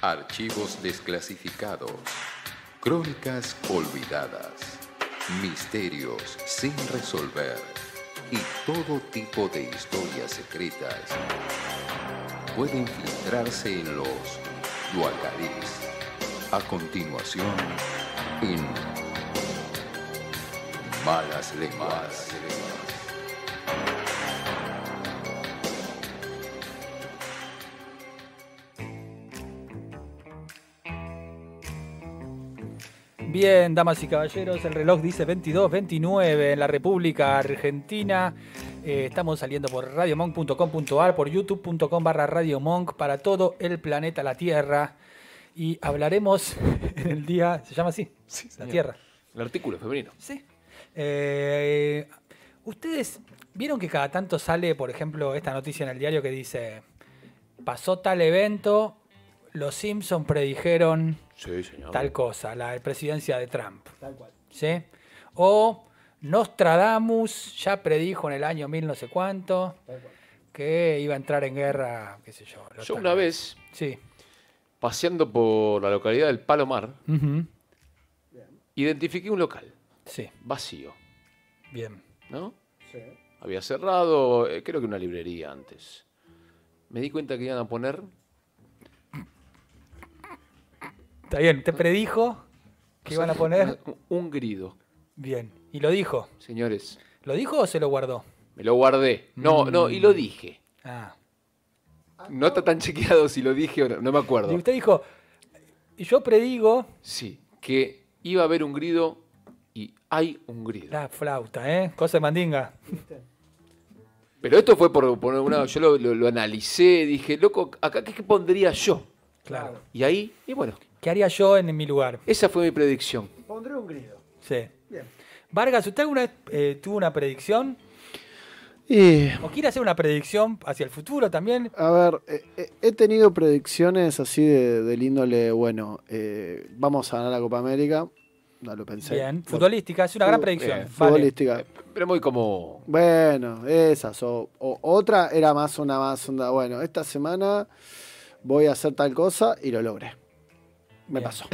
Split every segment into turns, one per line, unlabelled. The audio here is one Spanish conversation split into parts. Archivos desclasificados. Crónicas olvidadas. Misterios sin resolver. Y todo tipo de historias secretas pueden filtrarse en los Duacarís. A continuación, en Malas Lenguas.
Bien, damas y caballeros, el reloj dice 22.29 en la República Argentina. Eh, estamos saliendo por radiomonk.com.ar, por youtube.com barra radiomonk para todo el planeta La Tierra. Y hablaremos en el día, se llama así, La
señor.
Tierra.
El artículo femenino.
Sí. Eh, Ustedes vieron que cada tanto sale, por ejemplo, esta noticia en el diario que dice, pasó tal evento, los Simpson predijeron
Sí, señor.
tal cosa, la presidencia de Trump. ¿Sí? O Nostradamus ya predijo en el año mil no sé cuánto que iba a entrar en guerra, qué sé yo. los
Yo una
talibanes.
vez,
Sí.
paseando por la localidad del Palomar,
Ujú.
identifiqué un local
Sí,
vacío,
bien.
¿no? Había cerrado, eh, creo que una librería antes. Me di cuenta que iban a poner
Está bien, te predijo que iban a poner.
una- un grido.
Bien. Y lo dijo.
Señores,
¿Lo dijo o se lo guardó?
me lo guardé. No, no, y lo dije.
Ah.
No está tan chequeado si lo dije o no, no me acuerdo.
Y usted dijo, yo predigo
Sí, que iba a haber un grido y hay un grido.
la flauta, ¿eh? Cosa de mandinga.
Pero esto fue por poner una. Yo lo, lo- lo analicé, dije, loco, acá qué, qué pondría yo.
Claro.
Y ahí, y bueno,
¿Qué haría yo en mi lugar?
esa fue mi predicción.
Pondré un grido.
Sí.
Bien.
Vargas, ¿usted alguna vez eh, tuvo una predicción? ¿O quiere hacer una predicción hacia el futuro también?
A ver, eh, eh, he tenido predicciones así de, del índole, bueno, eh, vamos a ganar la Copa América. No lo pensé.
Bien.
No,
Futbolística, es una gran
Fu-
predicción.
bien.
Vale.
futbolística.
Pero muy como.
Bueno, esas. O, o otra era más una más onda. Bueno, esta semana voy a hacer tal cosa y lo logré. Me
Bien.
pasó.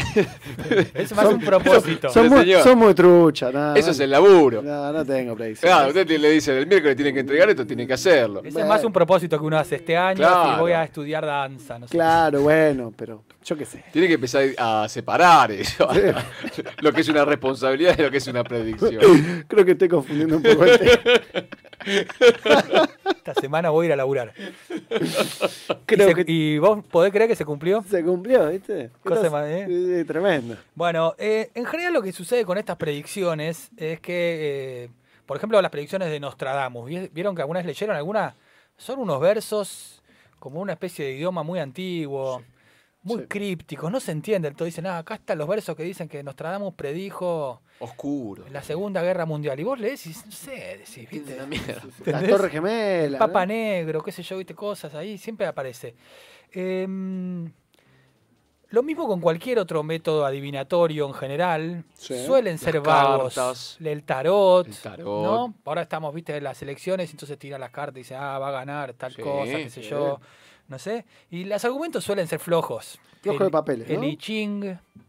Es más un propósito.
Son
Pero
muy,
señor.
son muy trucha, nada.
Eso es el laburo.
No, no tengo predicción.
Claro, usted le dice el miércoles tienen que entregar esto, tienen que hacerlo.
Ese es más un propósito que uno hace este año.
Claro.
Y voy a estudiar danza, no sé.
Claro, bueno, pero yo qué sé.
Tiene que empezar a separar eso. lo que es una responsabilidad y lo que es una predicción.
Creo que estoy confundiendo un poco el tema.
Esta semana voy a ir a laburar.
Creo
y, se-
que-
y vos podés creer que se cumplió?
Se cumplió, ¿viste?
Cosa
Entonces,
más, ¿eh?
sí, sí, tremendo.
Bueno, eh, en general lo que sucede con estas predicciones es que, eh, por ejemplo, las predicciones de Nostradamus, ¿vi- ¿vieron que algunas leyeron alguna? Son unos versos como una especie de idioma muy antiguo, muy
sí.
crípticos, no se entiende el todo. Dicen, ah, acá están los versos que dicen que Nostradamus predijo
Oscuro.
la Segunda Guerra Mundial. Y vos lees y no sé, decís, ¿viste?
la mierda.
La
¿Entendés?
Torre Gemela. ¿no?
Papa Negro, qué sé yo, viste cosas ahí, siempre aparece. Em, lo mismo con cualquier otro método adivinatorio en general.
Sí.
Suelen ser vagos.
cartas.
el tarot.
El tarot.
¿no? Ahora estamos, viste, en las elecciones, entonces tiran las cartas y dicen, ah, va a ganar tal
Sí,
cosa, qué sé
sí.
yo. No sé. Y los argumentos suelen ser flojos.
Flojo
El-
de papeles,
El
¿no?
I Ching,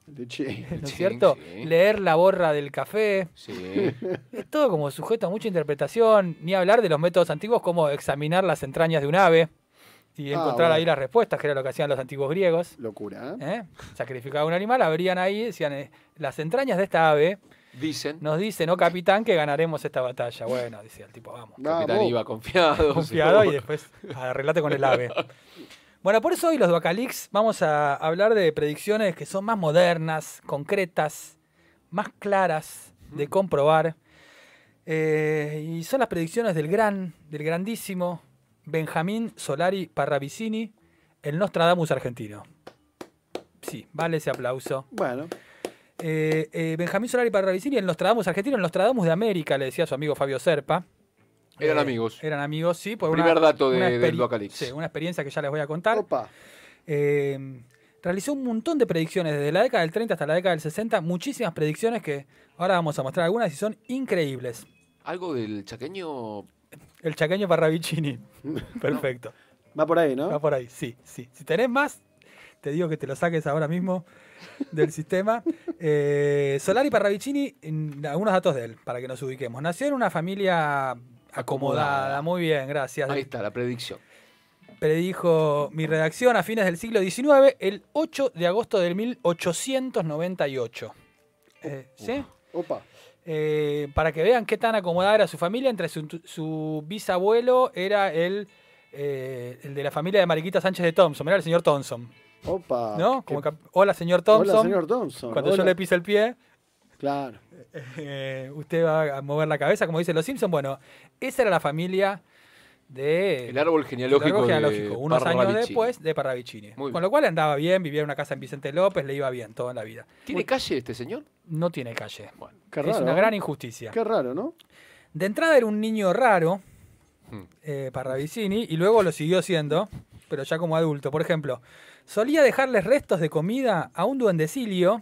De chi-
¿no es
Sí,
cierto?
sí.
Leer la borra del café.
Sí.
Es todo como sujeto a mucha interpretación, ni hablar de los métodos antiguos como examinar las entrañas de un ave y
Ah,
encontrar ahí
bueno.
las respuestas, que era lo que hacían los antiguos griegos.
Locura, ¿eh?
¿eh? Sacrificaban un animal, abrían ahí y decían, eh, las entrañas de esta ave
Dicen.
nos dicen, no capitán, que ganaremos esta batalla. Bueno, decía el tipo, vamos.
Capitán
Vamos.
iba confiado.
Confiado y
seguro.
después arreglate con el ave. Bueno, por eso hoy los Duacalix vamos a hablar de predicciones que son más modernas, concretas, más claras de comprobar. Eh, y son las predicciones del gran, del grandísimo Benjamín Solari Parravicini, el Nostradamus argentino. Sí, vale ese aplauso.
Bueno,
Eh, eh, Benjamín Solari Parravicini, el Nostradamus argentino, el Nostradamus de América, le decía su amigo Fabio Serpa.
Eran
Eh,
amigos.
Eran amigos, sí. Por
Primer
una,
dato de-
una
del Oh.
experi-
Duacalix.
Sí, una experiencia que ya les voy a contar.
opa.
Eh, realizó un montón de predicciones, desde la década del 30 hasta la década del 60, muchísimas predicciones que ahora vamos a mostrar algunas y son increíbles.
Algo del chaqueño.
Eh. El chaqueño Parravicini. Perfecto.
Va por ahí, ¿no?
Va por ahí, sí, sí. Si tenés más, te digo que te lo saques ahora mismo del sistema. Eh, Solari Parravicini, en algunos datos de él, para que nos ubiquemos. Nació en una familia acomodada, muy bien, gracias.
Ahí está la predicción.
Predijo mi redacción a fines del siglo XIX, el 8 de agosto del 1898. Eh, ¿Sí?
Opa.
Eh, para que vean qué tan acomodada era su familia, entre su, su bisabuelo era el, eh, el de la familia de Mariquita Sánchez de Thompson, era el señor Thompson,
Opa.
¿no?
Ah, Qué-
Como que, hola señor Thompson,
Hola, señor Thompson.
cuando yo
Hola.
le piso el pie,
Claro.
eh, usted va a mover la cabeza, como dicen los Simpsons. Bueno, esa era la familia de...
El árbol
Eh, el
genealógico.
árbol
de
genealógico, unos años
Parravicini.
después de Parravicini.
Muy
Con
bien.
lo cual andaba bien, vivía en una casa en Vicente López, le iba bien toda la vida.
¿Tiene calle este señor?
No tiene calle.
Qué
es
raro. ¿eh?
una gran injusticia.
Qué raro, ¿no?
De entrada era un niño raro,
Hmm.
eh, Parravicini, y luego lo siguió siendo, pero ya como adulto. Por ejemplo, solía dejarles restos de comida a un duendecilio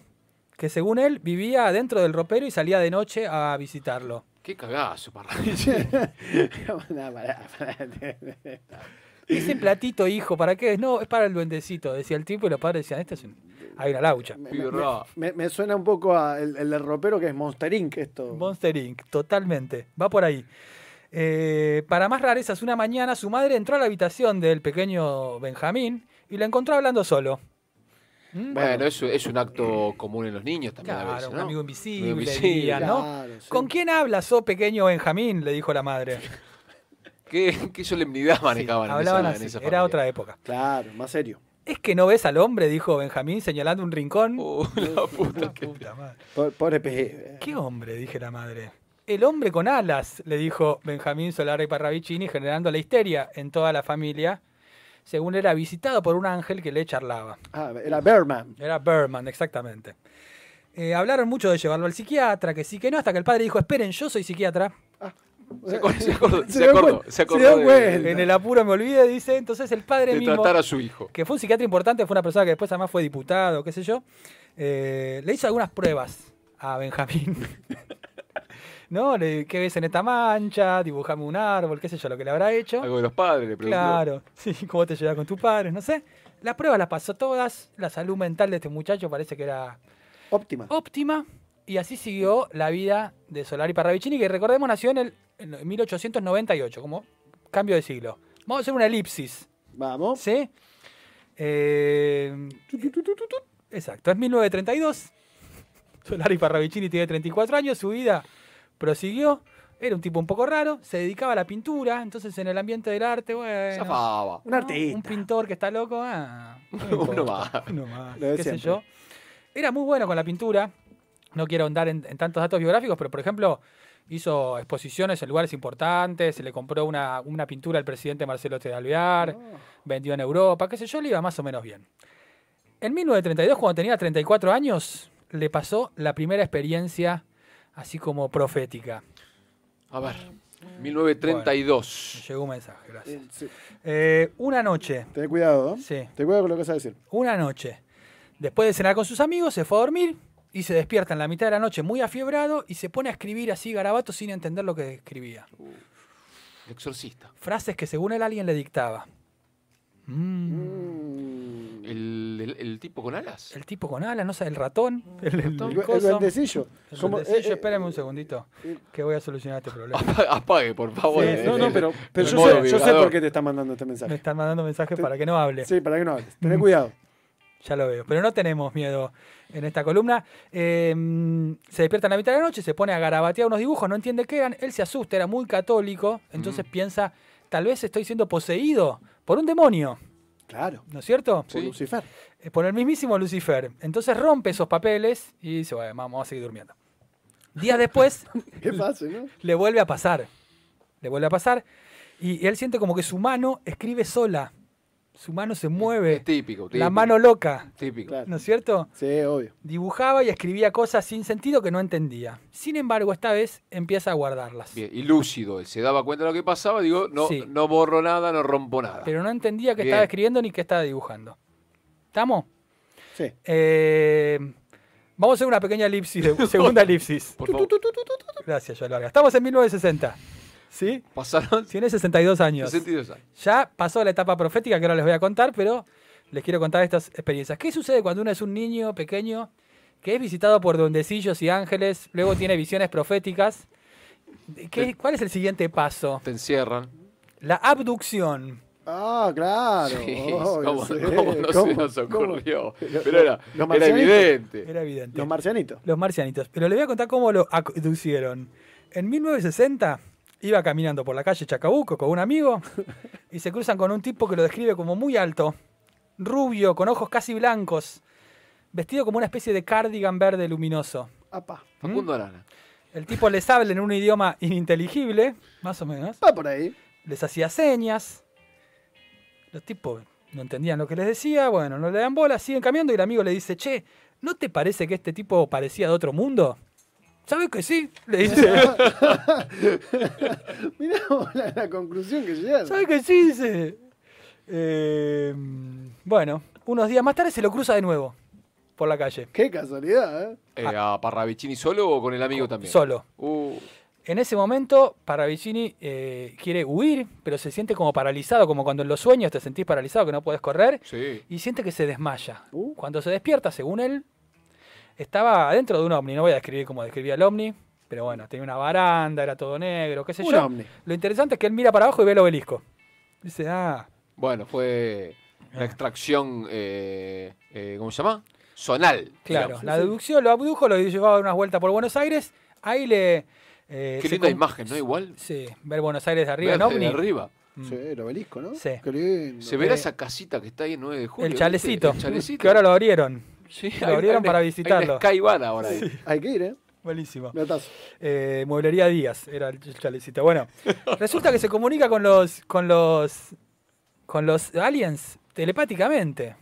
que según él vivía dentro del ropero y salía de noche a visitarlo.
Qué cagazo, Parravicini.
Nah, pará, pará.
Dicen platito, hijo, ¿para qué? es? No, es para el duendecito, decía el tipo y los padres decían, este es un... Hay una laucha.
Me-
Pibe
me-
raro.
Me, me suena un poco a el, el del ropero que es Monster Inc. Esto.
Monster Inc. Totalmente. Va por ahí. Eh, para más rarezas, una mañana su madre entró a la habitación del pequeño Benjamín y lo encontró hablando solo. ¿Mm?
Bueno, eso es un acto común en los niños también.
Claro,
a veces,
un
¿no?
amigo invisible,
Un invisible.
diría, ¿no?
Claro, sí.
¿Con quién hablas, oh pequeño Benjamín? le dijo la madre.
Qué, qué solemnidad manejaban
Sí,
en
hablaban
esa- en
así,
esa
era
familia.
otra época.
Claro, más serio.
¿Es que no ves al hombre? dijo Benjamín señalando un rincón.
Oh, la puta
La
que-
puta madre.
Po- Pobre PG.
¿Qué hombre? dije la madre. El hombre con alas, le dijo Benjamín Solari Parravicini, generando la histeria en toda la familia. Según era visitado por un ángel que le charlaba.
Ah, era Berman.
Era Berman, exactamente. Eh, hablaron mucho de llevarlo al psiquiatra, que sí, que no, hasta que el padre dijo, esperen, yo soy psiquiatra.
Se acordó, se acordó,
Se
se
dio
acordó,
cuenta,
se
se
acordó
dio
de-
cuenta.
En el apuro me olvidé, dice. Entonces el padre
de
mismo...
tratar a su hijo.
que fue un psiquiatra importante, fue una persona que después además fue diputado, qué sé yo, eh, le hizo algunas pruebas a Benjamín. ¿No? Le- ¿Qué ves en esta mancha? Dibujame un árbol, qué sé yo, lo que le habrá hecho.
Algo de los padres, le preguntó.
Claro, sí, cómo te llevas con tus padres, no sé. Las pruebas las pasó todas, la salud mental de este muchacho parece que era
Óptima.
Oh. óptima, y así siguió la vida de Solari Parravicini, que recordemos nació en el en 1898, como cambio de siglo. Vamos a hacer una elipsis.
Vamos.
¿Sí? Eh, exacto, es 1932. Solari Parravicini tiene 34 años, su vida prosiguió. Era un tipo un poco raro, se dedicaba a la pintura, entonces en el ambiente del arte, bueno.
Zafaba.
Un
¿no?
artista.
Un pintor que está loco, ah, no
Uno
importa,
más.
uno más,
Lo de
qué sé
siempre.
yo. Era muy bueno con la pintura. No quiero ahondar en, en tantos datos biográficos, pero por ejemplo, hizo exposiciones en lugares importantes, se le compró una, una pintura al presidente Marcelo T. de Alvear
Oh.
vendió en Europa, qué sé yo, le iba más o menos bien. En 1932, cuando tenía 34 años, le pasó la primera experiencia así como profética.
A ver, 1932.
Me llegó un mensaje, gracias.
Eh, sí.
Eh, una noche,
Ten cuidado, ¿no?
sí,
Ten cuidado con lo que vas a decir.
una noche, después de cenar con sus amigos, se fue a dormir y se despierta en la mitad de la noche muy afiebrado y se pone a escribir así garabato sin entender lo que escribía.
El exorcista.
Frases que según él alguien le dictaba. Mm,
Mm.
El, el- el tipo con alas.
el tipo con alas, no sé, el ratón, el, el
Mm, El, el
coso.
duendecillo.
El
Como-
duendecillo,
eh, eh,
espérame un segundito,
eh.
que voy a solucionar este problema.
Apa- Apague, por favor.
sí, no, no, pero, pero
Ah, el
yo,
modo
sé, yo sé
vibrador.
por qué te están mandando este
Me
mensaje.
están mandando mensajes para que no hable.
Sí, para que no hables. Tené cuidado.
Ya lo veo. Pero no tenemos miedo en esta columna. Eh, se despierta en la mitad de la noche, se pone a garabatear unos dibujos, no entiende qué eran. Él se asusta, era muy católico. Entonces piensa, tal vez estoy siendo poseído por un demonio,
Claro.
¿no es cierto?
Por
Sí.
Lucifer.
Eh, Por el mismísimo Lucifer. Entonces rompe esos papeles y dice, bueno, vamos a seguir durmiendo. Días después,
Qué fácil, ¿no?
le vuelve a pasar. Le vuelve a pasar. Y, y él siente como que su mano escribe sola. Su mano se mueve.
Es típico, típico.
La mano loca,
Típico.
Claro.
¿no es cierto?
Sí, obvio.
Dibujaba y escribía cosas sin sentido que no entendía. Sin embargo, esta vez empieza a guardarlas.
Bien, y lúcido. él Se daba cuenta de lo que pasaba. Digo, no,
Sí.
no borro nada, no rompo nada.
Pero no entendía qué
Bien.
estaba escribiendo ni qué estaba dibujando. ¿Estamos?
Sí.
Eh, vamos a hacer una pequeña elipsis, de- segunda elipsis.
Por favor.
Gracias, yo larga. Estamos en 1960. ¿Sí?
Pasaron
Tiene 62 años.
62 años.
Ya pasó la etapa profética que ahora les voy a contar, pero les quiero contar estas experiencias. ¿Qué sucede cuando uno es un niño pequeño que es visitado por duendecillos y ángeles, luego tiene visiones proféticas? ¿Qué- ¿Cuál es el siguiente paso?
Te encierran.
La abducción.
Ah, claro.
Sí,
obvio,
¿cómo,
sí.
cómo no se
¿Cómo?
nos
¿Cómo?
ocurrió?
Los-
Pero era,
los
era
marcianitos.
evidente.
¿Mm?
Era evidente.
Los marcianitos.
Los marcianitos. Pero le voy a contar cómo lo aducieron. En 1960 iba caminando por la calle Chacabuco con un amigo y se cruzan con un tipo que lo describe como muy alto, rubio, con ojos casi blancos, vestido como una especie de cardigan verde luminoso.
Apa.
Facundo Arana.
Ah. El tipo les habla en un idioma ininteligible, más o menos.
Va por ahí.
Les hacía señas. Los tipos no entendían lo que les decía, bueno, no le dan bola, siguen cambiando y el amigo le dice, che, ¿no te parece que este tipo parecía de otro mundo? ¿Sabes que sí? Le dice,
Mirá vos la, la conclusión que llegaron.
¿sabes que sí? Dice. Eh, bueno, unos días más tarde se lo cruza de nuevo por la calle,
Qué casualidad, ¿eh?
Eh, ¿A Parravicini solo o con el amigo también?
solo.
Uh,
En ese momento, Paravicini eh, quiere huir, pero se siente como paralizado, como cuando en los sueños te sentís paralizado, que no puedes correr.
sí.
y siente que se desmaya.
Uh.
Cuando se despierta, según él, estaba dentro de un ovni. No voy a describir cómo describía el ovni, pero bueno, tenía una baranda, era todo negro, qué sé
Un
yo.
ovni.
Lo interesante es que él mira para abajo y ve el obelisco. Dice, ah,
Bueno, fue una extracción, eh, eh, ¿cómo se llama? Zonal.
claro,
digamos.
la deducción lo abdujo, lo llevó a dar unas vueltas por Buenos Aires, ahí le... eh,
Qué
se
linda
com-
imagen, ¿no? Igual.
Sí, ver Buenos Aires de arriba en
Verde de
ovni.
arriba.
Mm.
Sí, el obelisco, ¿no?
Sí.
Qué lindo.
Se verá
Eh,
esa casita que está ahí en 9 de julio.
El
¿viste?
chalecito,
El chalecito.
que ahora lo abrieron.
Sí,
lo
hay- hay
abrieron
una-
para
hay una
visitarlo.
Skybar ahora ahí.
Hay que ir, ¿eh?
Buenísimo.
Datazo.
Eh, Mueblería Díaz era el ch- chalecito. Bueno, resulta que se comunica con los, con los, con los aliens telepáticamente.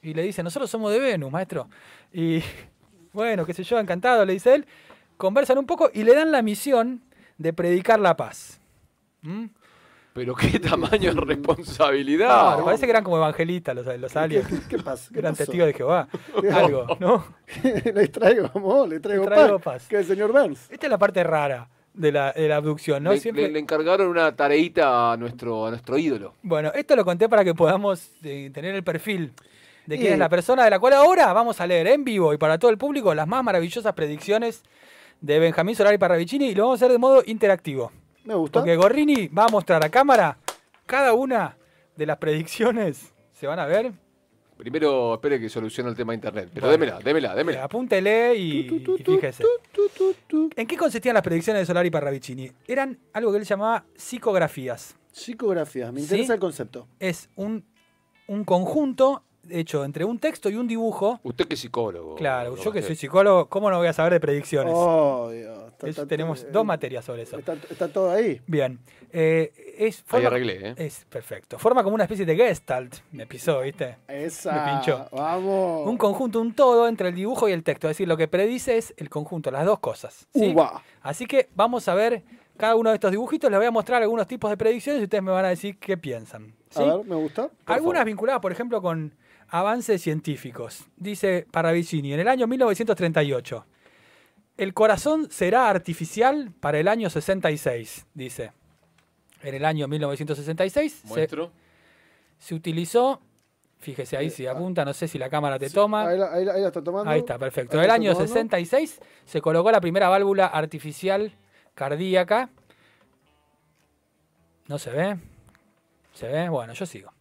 Y le dice, nosotros somos de Venus, maestro. Y bueno, qué sé yo, encantado, le dice él. Conversan un poco y le dan la misión de predicar la paz. ¿Mm?
Pero qué tamaño de
Ah,
responsabilidad.
me parece que eran como evangelistas los, los
¿Qué,
aliens.
qué pasa? ¿Qué
Eran
pasó?
testigos de Jehová. Algo, ¿no?
Les traigo amor, les traigo,
Les traigo
paz.
paz.
Que el señor Burns.
Esta es la parte rara de la, de la abducción, ¿no?
le,
Siempre-
le- le encargaron una tareita a nuestro, a nuestro ídolo.
Bueno, esto lo conté para que podamos eh, tener el perfil de quién
Y-
es la persona de la cual ahora vamos a leer en vivo y para todo el público las más maravillosas predicciones de Benjamín Solari Parravicini y lo vamos a hacer de modo interactivo.
Me gusta.
Porque Gorrini va a mostrar a cámara cada una de las predicciones. Se van a ver.
Primero, espere que solucione el tema de internet. Pero
Bueno.
démela, démela, démela.
Apúntele y,
Tu, tu,
y
tu,
fíjese.
tu, tu, tu, tu.
¿En qué consistían las predicciones de Solari Parravicini? Eran algo que él llamaba psicografías.
Psicografía, me
¿Sí?
interesa el concepto.
Es un, un conjunto hecho entre un texto y un dibujo
Usted que es psicólogo.
Claro,
don
yo que soy
Mateo.
psicólogo, ¿cómo no voy a saber de predicciones?
Oh, eh, Dios. Está-
Es-
está-
tenemos
está-
dos materias sobre eso.
Está, está todo ahí.
Bien. eh, es,
Ahí
forma,
arreglé, ¿eh?
es perfecto. Forma como una especie de gestalt. Me pisó, ¿viste?
Esa.
Me pinchó.
Vamos.
Un conjunto, un todo entre el dibujo y el texto. Es decir, lo que predice es el conjunto, las dos cosas. ¿sí?
Uva.
Así que vamos a ver cada uno de estos dibujitos. Les voy a mostrar algunos tipos de predicciones y ustedes me van a decir qué piensan. ¿sí?
A ver, me gusta.
Algunas vinculadas, por ejemplo, con avances científicos. Dice Paravicini, en el año 1938, el corazón será artificial para el año 66, dice. En el año 1966 se,
Muestro.
se utilizó, fíjese ahí
Eh,
si
ah.
apunta, no sé si la cámara te
Ahí
toma.
la, ahí la- ahí la está tomando.
Ahí está, perfecto.
Ahí
En el
la
año
está tomando.
66 se colocó la primera válvula artificial cardíaca. No se ve. ¿Se ve? Bueno, yo sigo.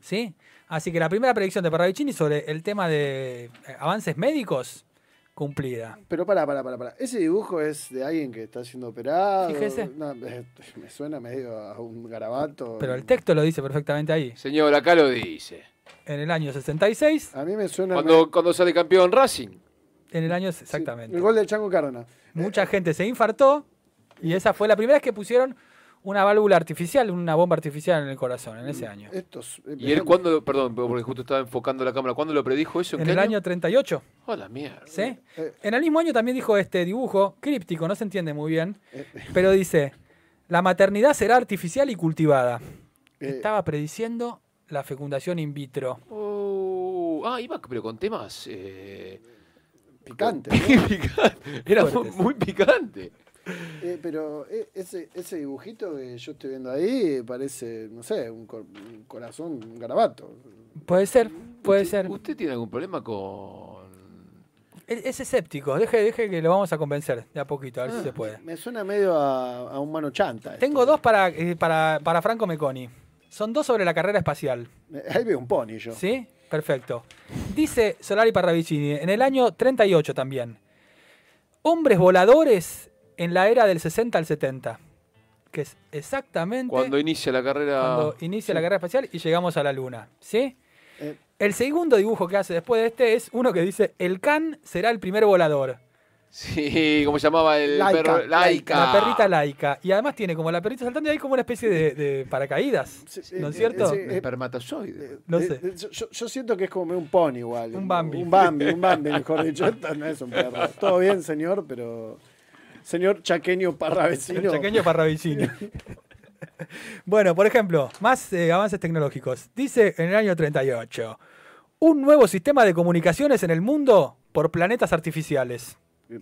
¿Sí? Así que la primera predicción de Parravicini sobre el tema de eh, avances médicos, cumplida.
Pero pará, pará, pará, pará. Ese dibujo es de alguien que está siendo operado.
Fíjese.
No, eh, me suena medio a un garabato.
Pero el texto lo dice perfectamente ahí.
Señor, acá lo dice.
En el año 66,
A mí me suena.
Cuando, cuando sale campeón Racing.
en el año...
Sí,
Exactamente.
el gol del Chango Cárdenas.
Mucha gente se infartó y esa fue la primera vez que pusieron una válvula artificial, una bomba artificial en el corazón, en ese año.
Estos. eh,
¿Y él cuándo, perdón, porque justo estaba enfocando la cámara, ¿cuándo lo predijo eso?
En el año 38.
Oh, la mierda.
¿Sí?
Eh.
En el mismo año también dijo este dibujo, críptico, no se entiende muy bien,
Eh,
pero dice, la maternidad será artificial y cultivada.
eh,
Estaba prediciendo la fecundación in vitro.
Oh, ah, iba, pero con temas. eh,
picante.
picante. Era muy,
Fuertes.
muy picante.
Eh, pero eh, ese, ese dibujito que yo estoy viendo ahí parece, no sé, un, cor- un corazón, un garabato.
Puede ser, puede ser. E-,
¿Usted tiene algún problema con.?
Es, es escéptico, deje, deje que lo vamos a convencer de a poquito, a
Ah.
ver si se puede.
Me suena medio a, a un mano chanta. esto.
Tengo dos para, eh, para, para Franco Meconi. Son dos sobre la carrera espacial.
Eh, Ahí veo un pony yo.
¿Sí? Perfecto. Dice Solari Parravicini, en el año 38 también. Hombres voladores en la era del 60 al 70. Que es exactamente
Cuando inicia la carrera.
cuando inicia la carrera espacial y llegamos a la Luna. ¿Sí?
Eh,
El segundo dibujo que hace después de este es uno que dice: El can será el primer volador.
Sí, ¿cómo se llamaba el
Laika,
perro? Laika.
La perrita laica. Y además tiene como la perrita saltando y hay como una especie de, de paracaídas.
Sí,
¿No
eh,
es cierto?
eh, sí.
Un Espermatozoide.
No
eh,
sé.
eh, yo- yo, yo siento que es como medio un pony igual.
Un Bambi.
Un Bambi, un Bambi, mejor dicho. Esto no es un perro. Todo bien, señor, pero. Señor chaqueño
El
parravecino.
chaqueño Parravicini. bueno, por ejemplo, más eh, avances tecnológicos. Dice en el año 38, un nuevo sistema de comunicaciones en el mundo por planetas artificiales,
Eh,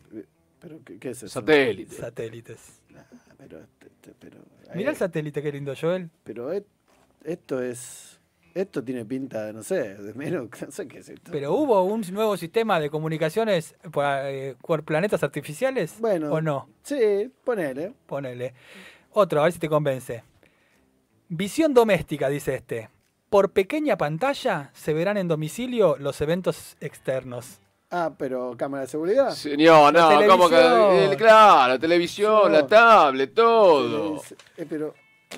¿Pero qué, qué es eso?
Satélite.
satélites.
Ah, Pero, este- este- pero,
Mirá
eh,
el satélite, qué lindo, Joel.
pero et- esto es. Esto tiene pinta de, no sé, de menos. No sé qué es esto.
Pero hubo un nuevo sistema de comunicaciones por, eh, por planetas artificiales
Bueno.
o no?
Sí, ponele.
Ponele. Otro, a ver si te convence. Visión doméstica, dice este. Por pequeña pantalla se verán en domicilio los eventos externos.
Ah, pero cámara de seguridad.
Señor,
La
no, ¿cómo que.?
televisión.
el- claro, la televisión,
Señor.
la tablet, todo.
Eh, pero,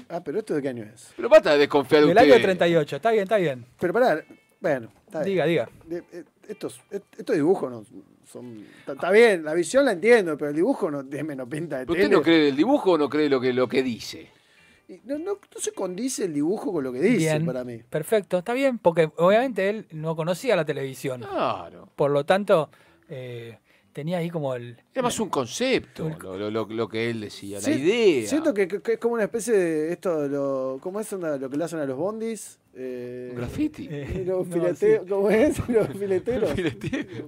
ah, pero esto de qué año es.
Pero basta de desconfiar de
Del
usted.
año 38. Está bien, está bien.
Pero pará, bueno, está bien.
Diga, diga.
De- eh, estos, eh, estos dibujos no son. Está, está bien, la visión la entiendo, pero el dibujo no tiene menos pinta de
¿Pero ¿Usted
tele.
no cree el dibujo o no cree lo que, lo que dice?
Y no, no- no se condice el dibujo con lo que dice
Bien.
para mí.
Perfecto, está bien, porque obviamente él no conocía la televisión.
Claro.
Por lo tanto, eh, tenía ahí como el...
Era más un concepto, lo, lo- lo- lo que él decía, la
Si-
idea.
Siento que, que- que es como una especie de esto de lo. ¿Cómo es onda? lo que le hacen a los bondis? Eh,
Un graffiti.
eh,
los
no,
fileteos, ¿cómo es? Los fileteros.
sí,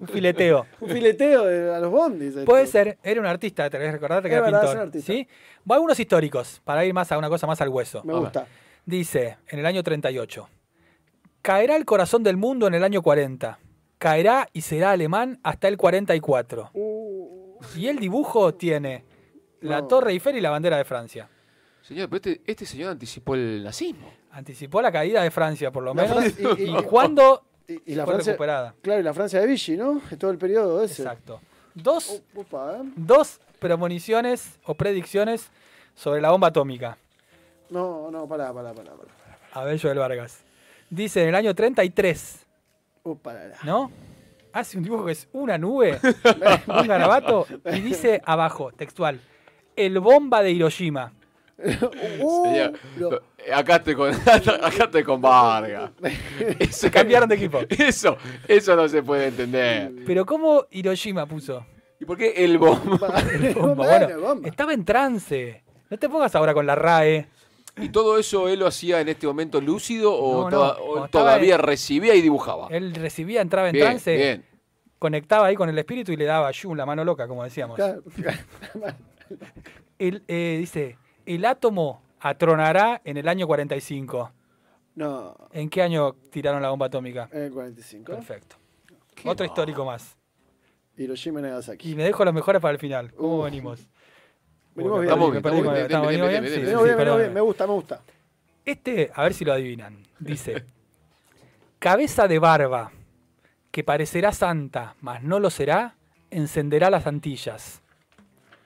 un fileteo.
Un fileteo de- a los bondis. esto.
Puede ser, era un artista, tenés que recordarte que
Es
era
verdad,
pintor.
es un artista.
¿sí? Va a algunos históricos, para ir más a una cosa más al hueso.
Me
A ver.
gusta.
Dice, en el año 38, caerá el corazón del mundo en el año 40. Caerá y será alemán hasta el 44.
Uh,
Y el dibujo tiene la
No.
Torre Eiffel y la bandera de Francia.
Señor, pero este, este señor anticipó el nazismo.
Anticipó la caída de Francia, por lo
La
menos.
Fran- y-
y,
y-
cuándo
y, y la
fue
Francia.
recuperada.
Claro, y la Francia de Vichy, ¿no? Es todo el periodo ese.
Exacto. Dos,
O- opa, ¿eh?
dos premoniciones o predicciones sobre la bomba atómica.
No, no, pará, pará, pará. pará.
A ver, Joel Vargas. Dice en el año 33,
Uh, pará.
¿no? Hace un dibujo que es una nube, un garabato, y dice abajo, textual, el bomba de Hiroshima.
Uh,
Señor,
lo-
eh, acá, estoy con, acá estoy con Vargas. Eso-
Cambiaron de equipo.
Eso, eso no se puede entender.
Pero ¿cómo Hiroshima puso?
¿Y por qué el bomba?
pará,
Bomba,
bueno,
bueno,
bomba.
Estaba en trance. No te pongas ahora con la RAE.
¿Y todo eso él lo hacía en este momento lúcido
No, no,
o, toda-
como
o
estaba
todavía
en-
recibía y dibujaba?
Él recibía, entraba en
Bien,
trance,
bien.
conectaba ahí con el espíritu y le daba Shun la mano loca, como decíamos.
Claro.
El, eh, dice, el átomo atronará en el año 45.
No,
¿En qué año tiraron la bomba atómica?
en el 45.
Perfecto.
Qué
Otro
mal.
histórico
Ah.
más.
Hiroshima y
Y
Nagasaki.
me dejo los mejores para el final. ¿Cómo
Uf.
venimos?
Venimos
me perdí,
bien,
estamos
me
bien,
perdí con-
estamos bien,
¿estamos-
bien,
venimos bien?
bien, bien,
Sí,
bien,
Venimos
sí,
bien, venimos
perdóname.
bien. Me gusta, me gusta.
Este, a ver si lo adivinan. Dice, cabeza de barba, que parecerá santa, mas no lo será, encenderá las antillas.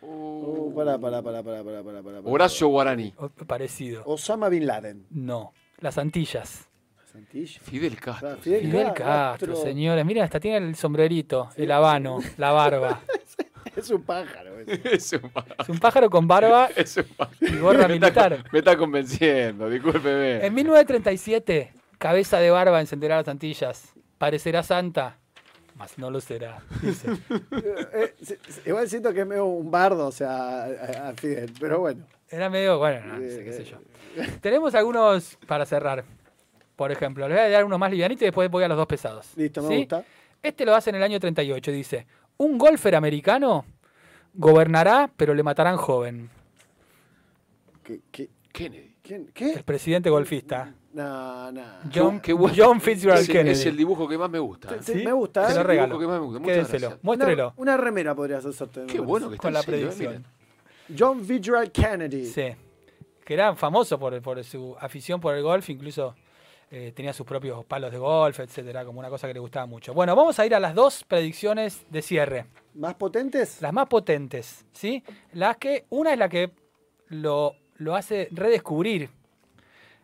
Uh, pará, pará, pará, pará, pará, pará, pará.
Horacio Guarani.
O- parecido.
Osama Bin Laden.
No, las antillas.
Santilla.
Fidel Castro.
Ah, Fidel
Fidel
Castro.
Castro, señores. Miren, hasta tiene el sombrerito, el habano, la barba.
Es un pájaro. ese.
Es un pa-
Es un pájaro con barba
es un pa-
y gorra
me está,
militar. Em-
me está convenciendo, discúlpeme.
En 1937, cabeza de barba encenderá las antillas. Parecerá santa, mas no lo será. dice.
Eh, se- se- Igual siento que es medio un bardo, o sea, a- a Fidel. Pero bueno.
Era medio, bueno, no, no sé, qué sé yo. Tenemos algunos para cerrar. Por ejemplo, les voy a dar uno más livianito y después voy a los dos pesados.
Listo, me
¿Sí?
gusta.
Este lo hace en el año 38, dice, un golfer americano Gobernará, pero le matarán joven.
¿Qué? ¿Qué?
Kennedy.
¿Quién?
El
¿Qué?
presidente golfista.
No, no.
John,
Qué bueno.
John Fitzgerald
es, el-
Kennedy.
Es el dibujo que más me gusta.
Sí, me gusta,
Te lo
¿eh? Es el
regalo.
dibujo que más me gusta. Muchas
Quédenselo.
gracias.
Muéstrelo.
Una, una remera podrías hacerte. me
Qué
parece.
bueno que está
Con la
haciendo, eh,
predicción.
miren.
John Fitzgerald Kennedy.
Sí. Que era famoso por, por su afición por el golf, incluso eh, tenía sus propios palos de golf, etcétera, como una cosa que le gustaba mucho. Bueno, vamos a ir a las dos predicciones de cierre,
¿Más potentes?
las más potentes, ¿sí? Las que, una es la que lo, lo hace redescubrir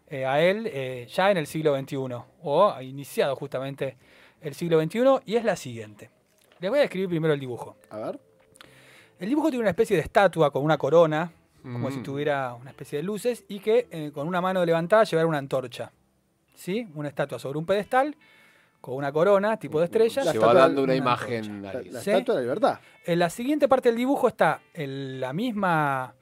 eh, a él eh, ya en el siglo XXI, o ha iniciado justamente el siglo XXI, y es la siguiente. Les voy a describir primero el dibujo.
A ver.
El dibujo tiene una especie de estatua con una corona, como si
Mm.
tuviera una especie de luces, y que eh, con una mano levantada llevara una antorcha. ¿Sí? Una estatua sobre un pedestal, con una corona, tipo de estrella.
La
Se
estatua
va
de
dando una
una
imagen.
La,
ahí.
la
Sí.
estatua de la libertad.
En la siguiente parte del dibujo está el- la misma,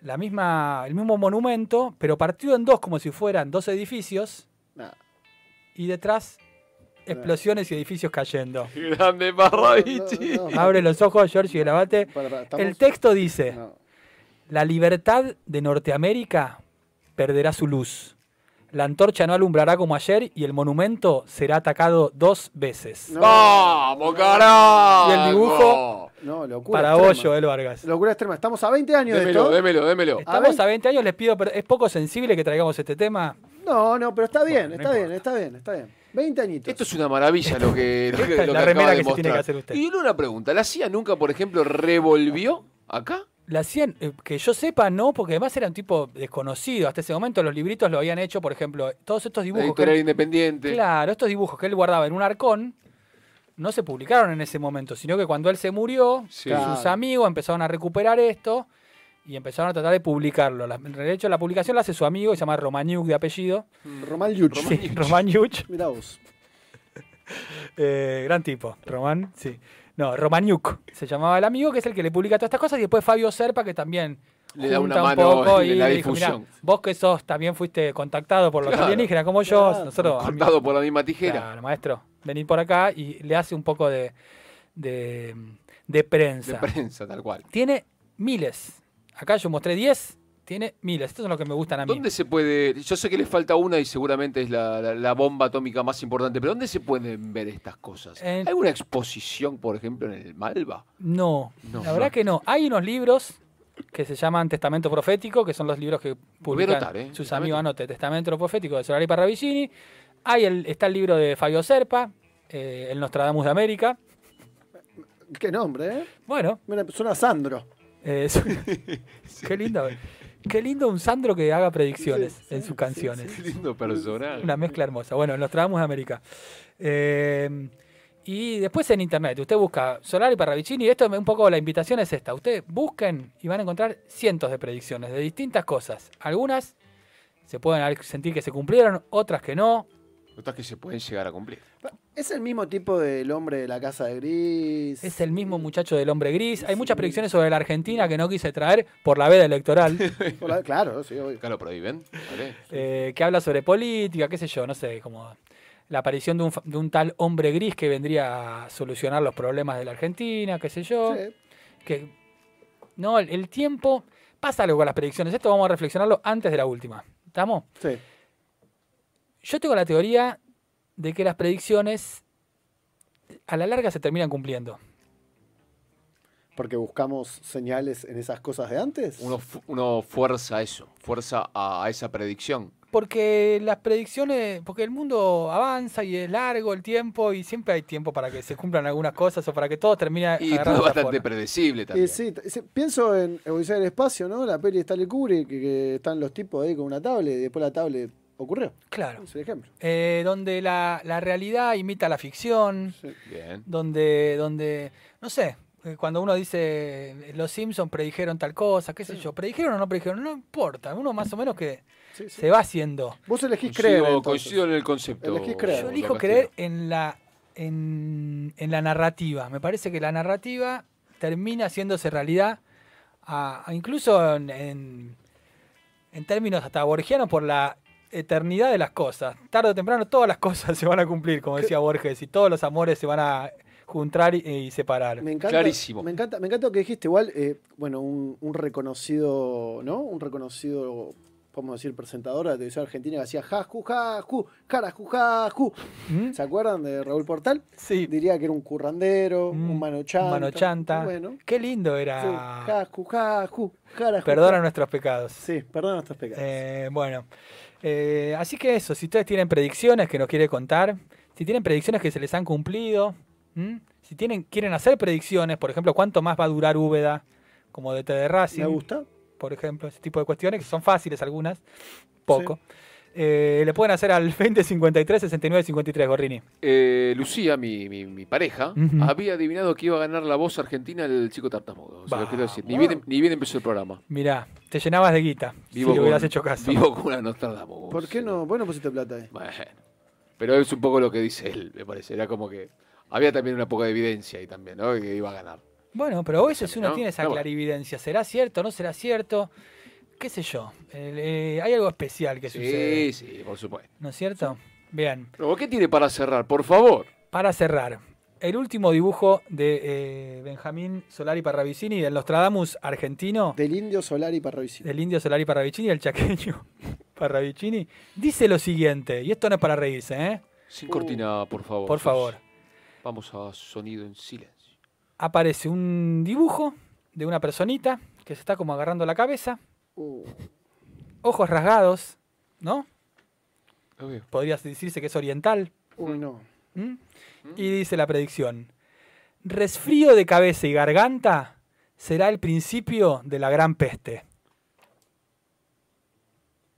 la misma, el mismo monumento, pero partido en dos como si fueran dos edificios,
Nah.
y detrás explosiones y edificios cayendo.
Grande Parravichi.
No, no, no.
Abre los ojos, George, y el abate.
Para, para, estamos-
El texto dice...
no.
La libertad de Norteamérica perderá su luz. La antorcha no alumbrará como ayer y el monumento será atacado dos veces.
No,
¡Vamos, carajo!
Y el dibujo.
no, locura.
Para
extrema.
vos, Joel Vargas.
Locura extrema. Estamos a 20 años
Démelo,
de esto.
démelo, démelo.
Estamos
ver.
a 20 años, les pido, per- es poco sensible que traigamos este tema.
No, no, pero está bien,
Bueno, no
está bien,
importa.
está bien, está bien. 20 añitos.
Esto es una maravilla lo que, lo que,
Esta es
lo
la
que
remera
acaba de
que se tiene que
mostrar.
hacer usted.
Y una pregunta, ¿la CIA nunca, por ejemplo, revolvió acá?
La hacían, eh, que yo sepa, no, porque además era un tipo desconocido. Hasta ese momento los libritos lo habían hecho, por ejemplo, todos estos
La
dibujos. que él-
editorial independiente.
Claro, estos dibujos que él guardaba en un arcón no se publicaron en ese momento, sino que cuando él se murió,
Sí.
Claro.
sus amigos empezaron a recuperar esto y empezaron a tratar de publicarlo. La, en realidad, la publicación la hace su amigo, que se llama Romaniuk de apellido.
Román Yuch.
Román-
Sí, Romaniuk.
Mirá vos.
Eh, gran tipo, Román, sí. No, Romaniuk se llamaba el amigo, que es el que le publica todas estas cosas. Y después Fabio Serpa, que también
Le da
junta
una
un
mano
poco
en
y
la
le dijo, "Mirá,
difusión".
vos que sos, también fuiste contactado por los
Claro.
alienígenas como yo.
Claro.
Nosotros, a mí-
Cortado por la misma tijera.
Claro, maestro, venid por acá y le hace un poco de, de, de prensa.
De prensa, tal cual.
tiene miles. Acá yo mostré 10, tiene miles. Estos son los que me gustan a mí.
¿Dónde se puede.? Yo sé que le falta una y seguramente es la, la- la bomba atómica más importante, pero ¿dónde se pueden ver estas cosas?
En-
¿Hay una exposición, por ejemplo, en el Malva?
No,
No,
la verdad
no.
que no. Hay unos libros que se llaman Testamento Profético, que son los libros que publican
anotar, ¿eh?
sus
Testamento.
amigos anote. Testamento Profético de Solari Parravicini. Hay el, está el libro de Fabio Serpa, eh, El Nostradamus de América.
Qué nombre, ¿eh?
Bueno,
Mira, suena a Sandro.
Eh, es- Qué lindo. Qué lindo un Sandro que haga predicciones
Sí, sí,
en sus
sí,
canciones.
Qué lindo personaje.
Una mezcla hermosa. Bueno, los trabamos de América. Eh, y después en internet, usted busca Solari Parravicini. Esto es un poco la invitación es esta. Usted busquen y van a encontrar cientos de predicciones de distintas cosas. Algunas se pueden haber- sentir que se cumplieron, otras que no.
Notas que se pueden llegar a cumplir.
Es el mismo tipo del hombre de la casa de gris.
Es el mismo muchacho del hombre gris. Hay muchas predicciones sobre la Argentina que no quise traer por la veda electoral.
Hola, Claro, sí, obvio.
Acá lo prohíben. ¿vale?
eh, que habla sobre política, qué sé yo, no sé, como la aparición de un, fa- de un tal hombre gris que vendría a solucionar los problemas de la Argentina, qué sé yo.
Sí.
Que, no, el, el tiempo. Pasa algo con las predicciones. Esto vamos a reflexionarlo antes de la última. ¿Estamos?
Sí.
Yo tengo la teoría de que las predicciones a la larga se terminan cumpliendo.
Porque buscamos señales en esas cosas de antes.
Uno, fu- uno fuerza eso, fuerza a, a esa predicción.
Porque las predicciones, porque el mundo avanza y es largo el tiempo y siempre hay tiempo para que se cumplan algunas cosas o para que todo termine
Y todo
agarrando esa
bastante
forma.
predecible
Y
también.
sí, t- sí, pienso en Odisea del Espacio, ¿no? La peli de Stanley Kubrick, que, que están los tipos ahí con una tablet y después la tablet ocurrió.
Claro.
Es el ejemplo.
Eh, donde la, la realidad imita la ficción,
Bien.
donde, donde, no sé, eh, cuando uno dice los Simpsons predijeron tal cosa, qué sé yo, predijeron o no predijeron, no importa, uno más o menos que
Sí, sí.
se va haciendo.
Vos elegís
Coincido-
creer. entonces.
coincido en el concepto.
Elegís creer.
Yo
Don
elijo
Castillo.
creer en la, en, en la narrativa, me parece que la narrativa termina haciéndose realidad, a- a incluso en, en- en términos hasta borgianos por la eternidad de las cosas. Tarde o temprano todas las cosas se van a cumplir, como decía Borges, y todos los amores se van a juntar y, y separar.
Me encanta,
Clarísimo.
Me encanta, me encanta lo que dijiste. Igual, eh, bueno, un, un reconocido, ¿no? Un reconocido, podemos decir, presentador de la televisión argentina que hacía jascu, jascu, jarascu, jascu.
¿Mm?
¿Se acuerdan de Raúl Portal?
Sí,
Diría que era un currandero,
Mm,
un manochanta.
un manochanta.
Bueno.
qué lindo
Sí,
era.
jascu, jascu, jarascu.
Perdona nuestros pecados.
Sí, perdona nuestros pecados.
Eh, bueno, Eh, así que eso, si ustedes tienen predicciones que nos quiere contar, si tienen predicciones que se les han cumplido, ¿m? si tienen, quieren hacer predicciones, por ejemplo, cuánto más va a durar Úbeda como DT de Racing,
Me gusta.
por ejemplo, ese tipo de cuestiones, que son fáciles algunas, poco. Eh, le pueden hacer al 2053 6953 Gorrini.
Eh, Lucía, mi, mi- mi pareja,
Ujú.
había adivinado que iba a ganar la voz argentina del chico tartamudo. O sea,
Vamos.
quiero decir, ni, bien, em-, ni bien empezó el programa.
Mirá, te llenabas de guita si le
con-
hubieras hecho caso.
Vivo con una Nostradamus.
¿Por qué no? ¿Por qué no pusiste plata ahí?
Bueno, pero es un poco lo que dice él, me parece. Era como que había también una poca de evidencia ahí también, ¿no? Que iba a ganar.
Bueno, pero a veces uno
¿no?
tiene esa
Pero bueno.
clarividencia. ¿Será cierto? ¿No será cierto? ¿Qué sé yo? El, eh, hay algo especial que
Sí,
sucede.
sí, por supuesto.
¿No es cierto? Bien,
Pero, ¿Qué tiene para cerrar? Por favor.
para cerrar, el último dibujo de eh, Benjamín Solari Parravicini, del Nostradamus argentino,
Del indio solar y parroicino.
del indio Solari Parravicini, del chaqueño Parravicini, dice lo siguiente, y esto no es para reírse, ¿eh?
Sin cortina, por favor.
Por favor.
Vamos a sonido en silencio.
Aparece un dibujo de una personita que se está como agarrando la cabeza,
Uh,
ojos rasgados, ¿no?
Lo veo.
Podría decirse que es oriental.
uy, no.
¿Mm? Y dice la predicción. Resfrío de cabeza y garganta será el principio de la gran peste.